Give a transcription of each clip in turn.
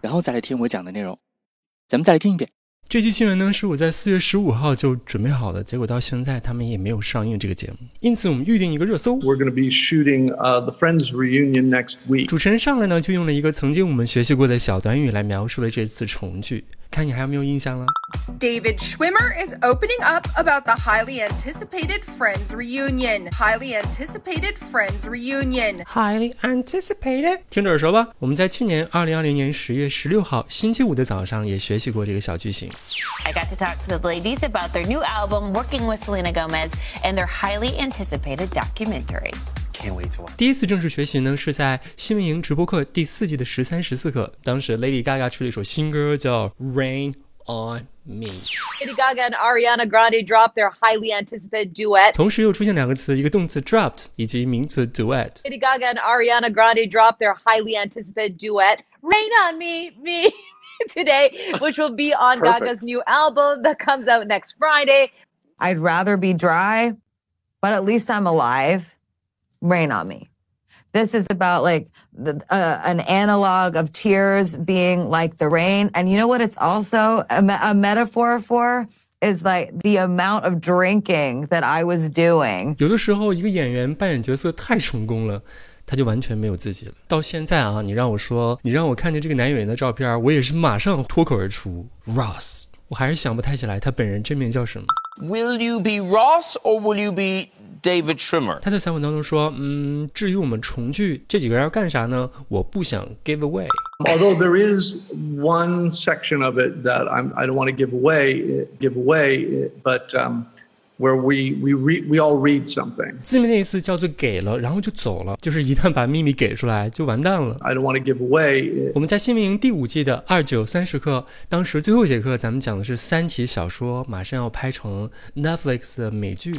然后再来听我讲的内容。咱们再来听一遍。这期新闻呢是我在四月十五号就准备好的，结果到现在他们也没有上映这个节目，因此我们预定一个热搜。 We're going to be shooting uh, the Friends reunion next week. 主持人上来呢就用了一个曾经我们学习过的小短语来描述了这次重聚，看你还有没有印象了？ David Schwimmer is opening up about the highly anticipated Friends reunion. Highly anticipated Friends reunion. highly anticipated，听哎着耳熟吧？我们在去年二零二零年十月十六号星期五的早上也学习过这个小句型。 I got to talk to the ladies about their new album, working with Selena Gomez, and their highly anticipated documentary. 第一次正式学习呢是在新闻营直播课第四季的十三、十四课，当时 Lady Gaga 出了一首新歌叫《Rain on Me》， Lady Gaga and Ariana Grande dropped their highly anticipated duet. 同时又出现两个词，一个动词 dropped 以及名词 duet。 Lady Gaga and Ariana Grande dropped their highly anticipated duet, Rain on Me, Me, today, which will be on Perfect. Gaga's new album that comes out next Friday. I'd rather be dry, but at least I'm alive. Rain on me. This is about like the, uh, an analog of tears being like the rain. And you know what it's also a, me- a metaphor for? Is like the amount of drinking that I was doing. 有的时候，一个演员扮演角色太成功了，他就完全没有自己了。到现在啊，你让我说，你让我看见这个男演员的照片，我也是马上脱口而出 Ross，我还是想不太起来他本人真名叫什么。 Will you be Ross or will you be David Schwimmer? 他在采访当中说，嗯，至于我们重聚这几个人要干啥呢？我不想 give away。 Although there is one section of it that I'm, I don't want to give away, eh, give away, eh, but um, where we we re, we all read something. 字面的意思叫做给了，然后就走了，就是一旦把秘密给出来就完蛋了。 I don't want to give away. eh, 我们在新闻营第五季的二九三十课，当时最后一节课，咱们讲的是《三体》小说，马上要拍成 Netflix 的美剧。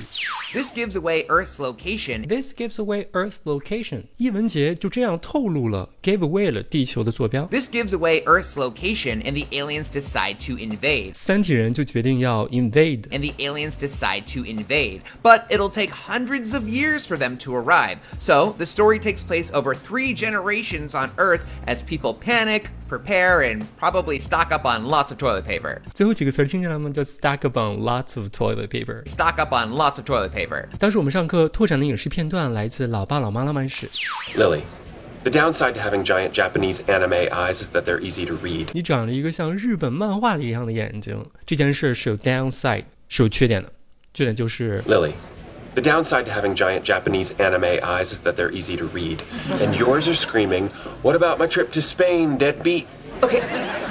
This gives away Earth's location. This gives away Earth location。叶文洁就这样透露了，give away 了地球的坐标。 This gives away Earth's location, and the aliens decide to invade. 三体人就决定要 invade。 And the aliens decide to invade. But it'll take hundreds of years for them to arrive. So the story takes place over three generations on Earth as people panic, prepare, and probably stock up on lots of toilet paper. 最后几个词儿听见了吗？叫 stack upon lots of toilet paper。 Stock up on lots of toilet paper. 当时我们上课拓展的影视片段来自《老爸老妈浪漫史》。 Lily, the downside to having giant Japanese anime eyes is that they're easy to read. 你长了一个像日本漫画里一样的眼睛，这件事儿是有 downside，是有缺点的。缺点就是， Lily, the downside to having giant Japanese anime eyes is that they're easy to read. And yours are screaming, What about my trip to Spain, deadbeat? okay,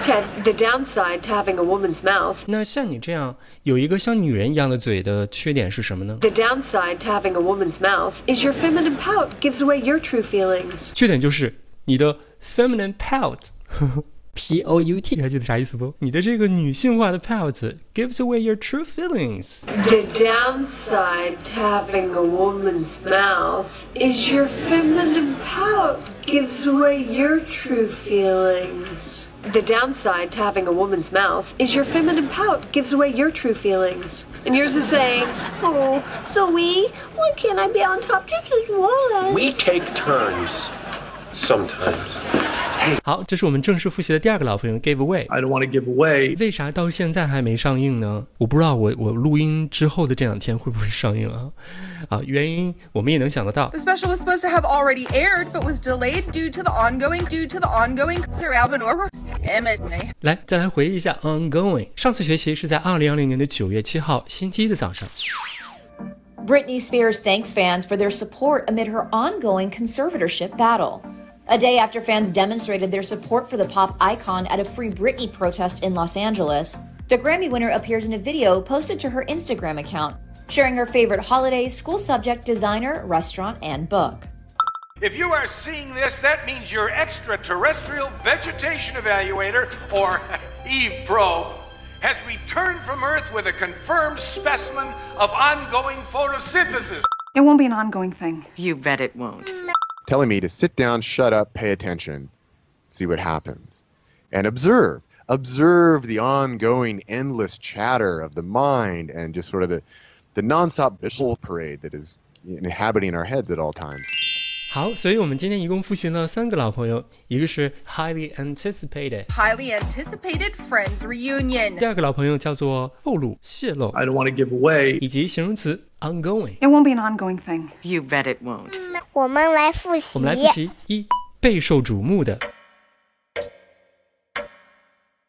Ted, the downside to having a woman's mouth, 那像你这样有一个像女人一样的嘴的缺点是什么呢？ the downside to having a woman's mouth is your feminine pout gives away your true feelings. 缺点就是你的 feminine pout 呵呵。P O U T，还记得啥意思不？你的这个女性化的 pout gives away your true feelings。 The downside to having a woman's mouth is your feminine pout gives away your true feelings. The downside to having a woman's mouth is your feminine pout gives away your true feelings. And yours is saying, Oh, Zoe, why can't I be on top just as one? We take turns. Sometimes. 好，这是我们正式复习的第二个老朋友 give away。 I don't want to give away. 为啥到现在还没上映呢？我不知道我我录音之后的这两天会不会上映啊？啊，原因我们也能想得到 The。special was supposed to have already aired, but was delayed due to the ongoing due to the ongoing Sir Alvin Orwell. MMA. 来，再来回忆一下 ongoing。上次学习是在二零二零年的九月七号星期一的早上。 Britney Spears thanks fans for their support amid her ongoing conservatorship battle. A day after fans demonstrated their support for the pop icon at a Free Britney protest in Los Angeles, the Grammy winner appears in a video posted to her Instagram account, sharing her favorite holiday, school subject, designer, restaurant, and book. If you are seeing this, that means your extraterrestrial vegetation evaluator, or Eve probe, has returned from Earth with a confirmed specimen of ongoing photosynthesis. It won't be an ongoing thing. You bet it won't. telling me to sit down, shut up, pay attention, see what happens, and observe. Observe the ongoing, endless chatter of the mind and just sort of the, the nonstop visual parade that is inhabiting our heads at all times. 好，所以我们今天一共复习了三个老朋友，一个是 highly anticipated， Highly anticipated friends reunion. 第二个老朋友叫做透露、泄露，I don't want to give away，以及形容词 ongoing。 It won't be an ongoing thing. You bet it won't. 我们来复习。我们来复习一备受瞩目的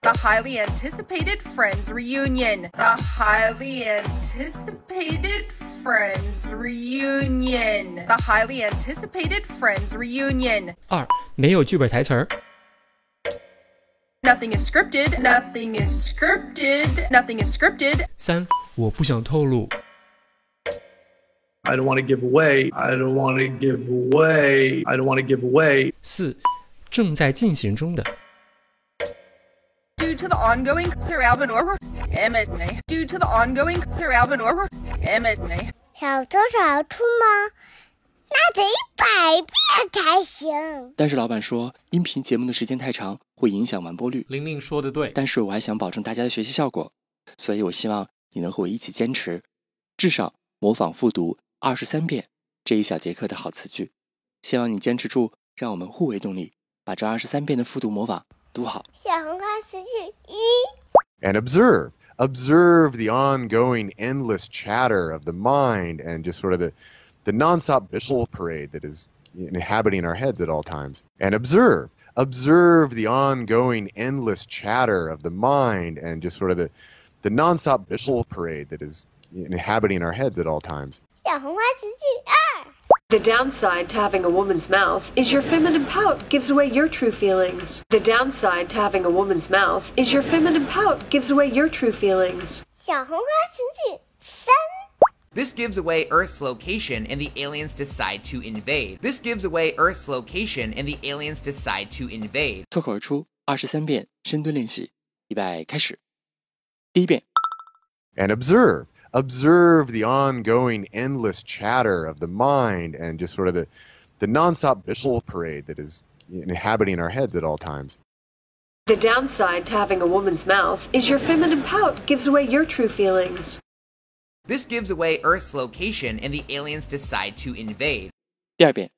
The highly anticipated friends reunion. The highly anticipated friends reunion. The highly anticipated friends reunion. 二没有剧本台词儿 Nothing is scripted. Nothing is scripted. Nothing is scripted. 三我不想透露 I don't want to give away. I don't want to give away. I don't want to give away. 四正在进行中的 Due to the ongoing Sir Alvin Orber M&A. Due to the ongoing Sir Alvin Orber M&A. 小多少出吗？那得一百遍才行。但是老板说，音频节目的时间太长，会影响完播率。玲玲说的对，但是我还想保证大家的学习效果，所以我希望你能和我一起坚持，至少模仿复读二十三遍这一小节课的好词句。希望你坚持住，让我们互为动力，把这二十三遍的复读模仿读好。小红花词句一， and observe observe the ongoing endless chatter of the mind and just sort of the the nonstop visual parade that is inhabiting our heads at all times and observe observe the ongoing endless chatter of the mind and just sort of the the nonstop visual parade that is inhabiting our heads at all times 小红花词句二， The downside to having a woman's mouth is your feminine pout gives away your true feelings. The downside to having a woman's mouth is your feminine pout gives away your true feelings. 小红花词句三， This gives away Earth's location and the aliens decide to invade. This gives away Earth's location and the aliens decide to invade. 脱口而出二十三遍深蹲练习，预备开始。第一遍 and observe observe the ongoing endless chatter of the mind and just sort of the the nonstop visual parade that is inhabiting our heads at all times The downside to having a woman's mouth is your feminine pout gives away your true feelings. This gives away Earth's location and the aliens decide to invade. 第二遍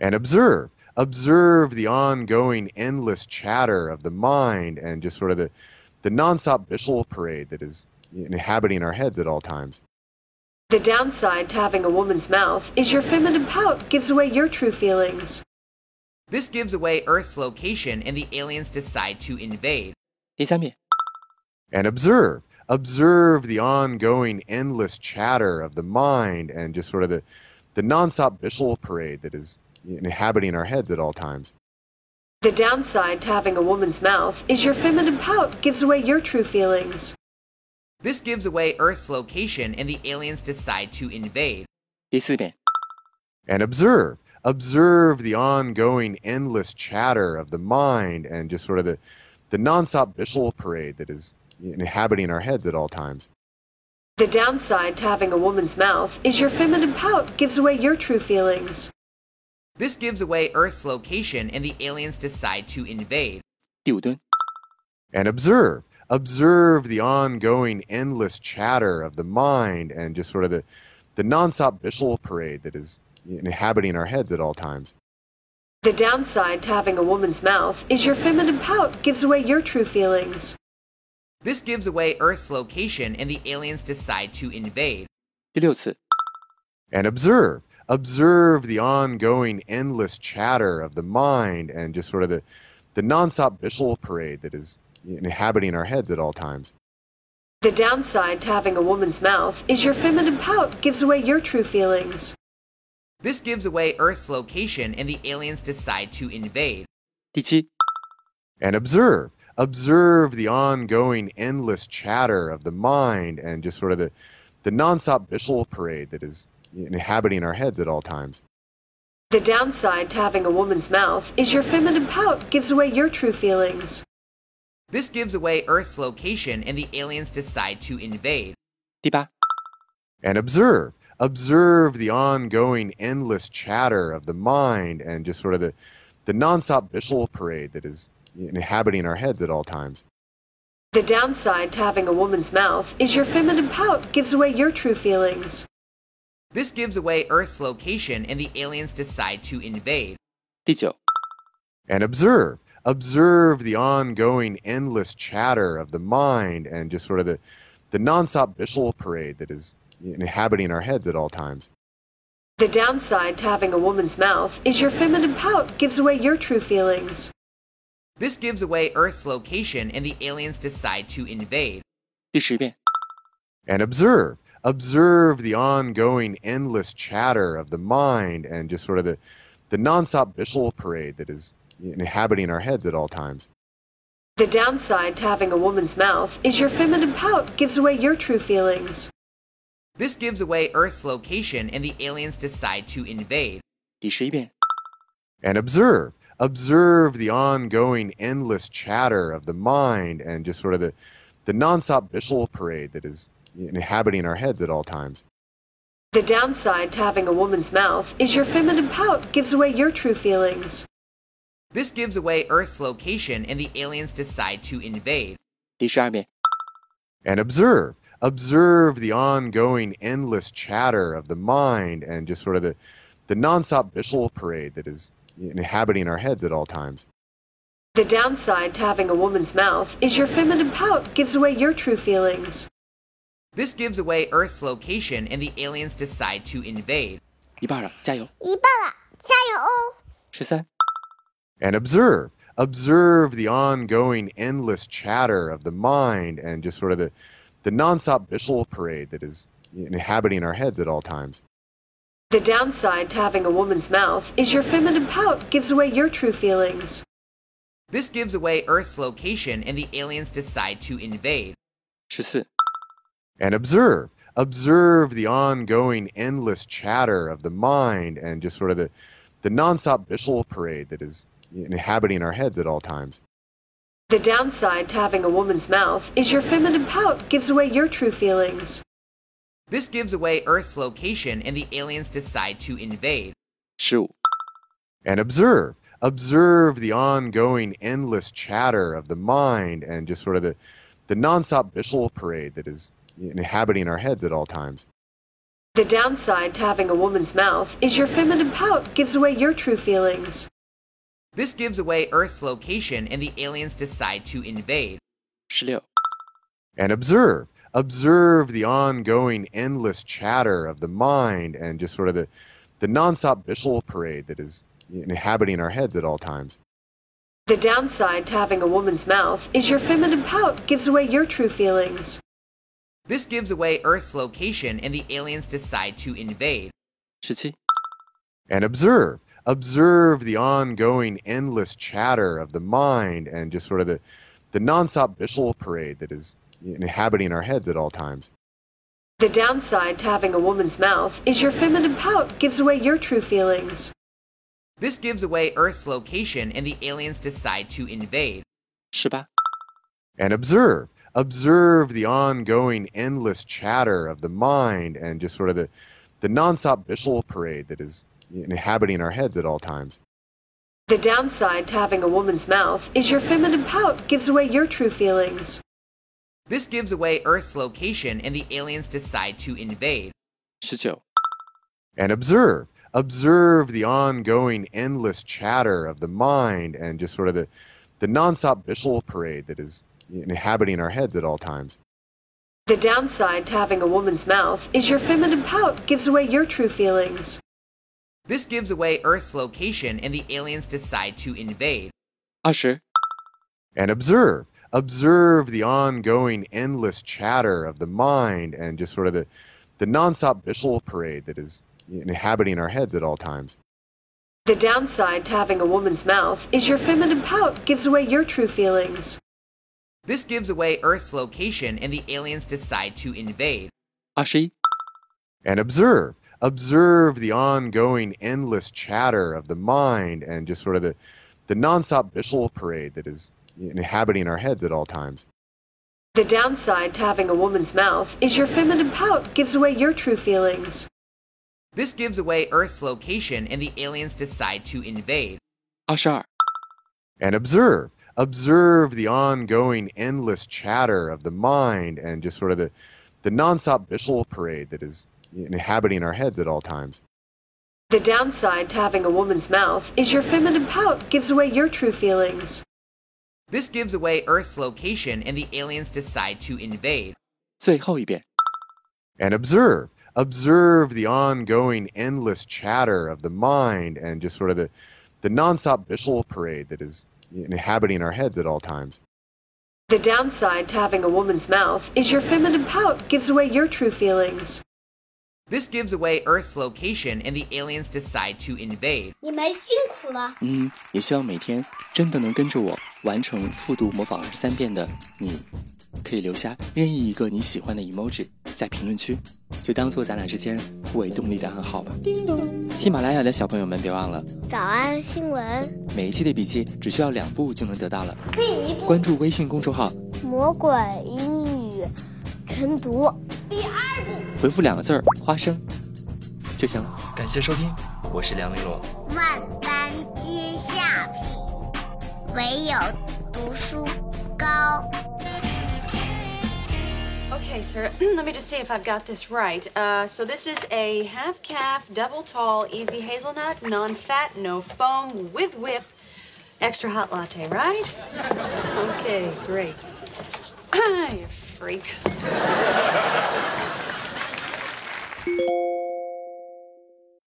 and observe observe the ongoing endless chatter of the mind and just sort of the the nonstop visual parade that is inhabiting our heads at all times The downside to having a woman's mouth is your feminine pout gives away your true feelings. This gives away Earth's location and the aliens decide to invade. 第三遍 and observe observe the ongoing endless chatter of the mind and just sort of the the nonstop visual parade that is inhabiting our heads at all times The downside to having a woman's mouth is your feminine pout gives away your true feelings. This gives away Earth's location and the aliens decide to invade. 第四遍 and observe observe the ongoing endless chatter of the mind and just sort of the the nonstop visual parade that is inhabiting our heads at all times The downside to having a woman's mouth is your feminine pout gives away your true feelings. This gives away Earth's location and the aliens decide to invade. 第五蹲 and observe observe the ongoing endless chatter of the mind and just sort of the the nonstop visual parade that is inhabiting our heads at all times The downside to having a woman's mouth is your feminine pout gives away your true feelings. This gives away Earth's location and the aliens decide to invade. 第六次 and observe observe the ongoing endless chatter of the mind and just sort of the the nonstop visual parade that is inhabiting our heads at all times The downside to having a woman's mouth is your feminine pout gives away your true feelings. This gives away Earth's location and the aliens decide to invade. 第七 and observe observe the ongoing endless chatter of the mind and just sort of the the nonstop visual parade that is inhabiting our heads at all times The downside to having a woman's mouth is your feminine pout gives away your true feelings. This gives away Earth's location, and the aliens decide to invade. and observe observe the ongoing endless chatter of the mind and just sort of the the nonstop visual parade that is inhabiting our heads at all times The downside to having a woman's mouth is your feminine pout gives away your true feelings. This gives away Earth's location, and the aliens decide to invade. and observe observe the ongoing endless chatter of the mind and just sort of the the nonstop visual parade that is inhabiting our heads at all times The downside to having a woman's mouth is your feminine pout gives away your true feelings. This gives away Earth's location, and the aliens decide to invade. and observe observe the ongoing endless chatter of the mind and just sort of the the nonstop visual parade that is inhabiting our heads at all times The downside to having a woman's mouth is your feminine pout gives away your true feelings. This gives away Earth's location, and the aliens decide to invade. and observe observe the ongoing endless chatter of the mind and just sort of the the nonstop visual parade that is inhabiting our heads at all times The downside to having a woman's mouth is your feminine pout gives away your true feelings. This gives away Earth's location, and the aliens decide to invade. and observe observe the ongoing endless chatter of the mind and just sort of the the nonstop visual parade that is inhabiting our heads at all times The downside to having a woman's mouth is your feminine pout gives away your true feelings. This gives away Earth's location, and the aliens decide to invade. 一半了，加油！一半了，加油哦！ and observe observe the ongoing endless chatter of the mind and just sort of the the nonstop visual parade that is inhabiting our heads at all times The downside to having a woman's mouth is your feminine pout gives away your true feelings. This gives away Earth's location, and the aliens decide to invade. and observe observe the ongoing endless chatter of the mind and just sort of the the nonstop visual parade that is inhabiting our heads at all times The downside to having a woman's mouth is your feminine pout gives away your true feelings. This gives away Earth's location, and the aliens decide to invade. and observe observe the ongoing endless chatter of the mind and just sort of the the nonstop visual parade that is inhabiting our heads at all times The downside to having a woman's mouth is your feminine pout gives away your true feelings. This gives away Earth's location, and the aliens decide to invade. and observe observe the ongoing endless chatter of the mind and just sort of the the nonstop visual parade that is inhabiting our heads at all times The downside to having a woman's mouth is your feminine pout gives away your true feelings. This gives away Earth's location, and the aliens decide to invade. and observe observe the ongoing endless chatter of the mind and just sort of the the nonstop visual parade that is inhabiting our heads at all times The downside to having a woman's mouth is your feminine pout gives away your true feelings. This gives away Earth's location, and the aliens decide to invade. and observe observe the ongoing endless chatter of the mind and just sort of the the nonstop visual parade that is inhabiting our heads at all times The downside to having a woman's mouth is your feminine pout gives away your true feelings. This gives away Earth's location, and the aliens decide to invade. and observe observe the ongoing endless chatter of the mind and just sort of the the nonstop visual parade that is inhabiting our heads at all times The downside to having a woman's mouth is your feminine pout gives away your true feelings. This gives away Earth's location, and the aliens decide to invade. and observe observe the ongoing endless chatter of the mind and just sort of the the nonstop visual parade that is inhabiting our heads at all times The downside to having a woman's mouth is your feminine pout gives away your true feelings. This gives away Earth's location, and the aliens decide to invade. and observe observe the ongoing endless chatter of the mind and just sort of the, the nonstop visual parade that is inhabiting our heads at all times. The downside to having a woman's mouth is your feminine pout gives away your true feelings. This gives away Earth's location and the aliens decide to invade. 二十二， and observe observe the ongoing endless chatter of the mind and just sort of the the nonstop visual parade that is inhabiting our heads at all times The downside to having a woman's mouth is your feminine pout gives away your true feelings. This gives away Earth's location and the aliens decide to invade. 最后一遍。 and observe observe the ongoing endless chatter of the mind and just sort of the the nonstop visual parade that is inhabiting our heads at all times The downside to having a woman's mouth is your feminine pout gives away your true feelings. This gives away Earth's location and the aliens decide to invade. 你们辛苦了。嗯，也希望每天真的能跟着我完成复读模仿二十三遍的你，可以留下任意一个你喜欢的 emoji 在评论区，就当做咱俩之间互为动力的暗号吧。叮咚。喜马拉雅的小朋友们别忘了，早安新闻，每一期的笔记只需要两步就能得到了。第一步，关注微信公众号，魔鬼英语晨读。第二步，回复两个字儿“花生”就行了。感谢收听，我是梁丽罗。万般皆下品，唯有读书高。 Okay, sir, let me just see if I've got this right. Uh, so this is a half calf, double tall, easy hazelnut, non fat, no foam, with whip, extra hot latte, right? Okay, great. Ah, you freak.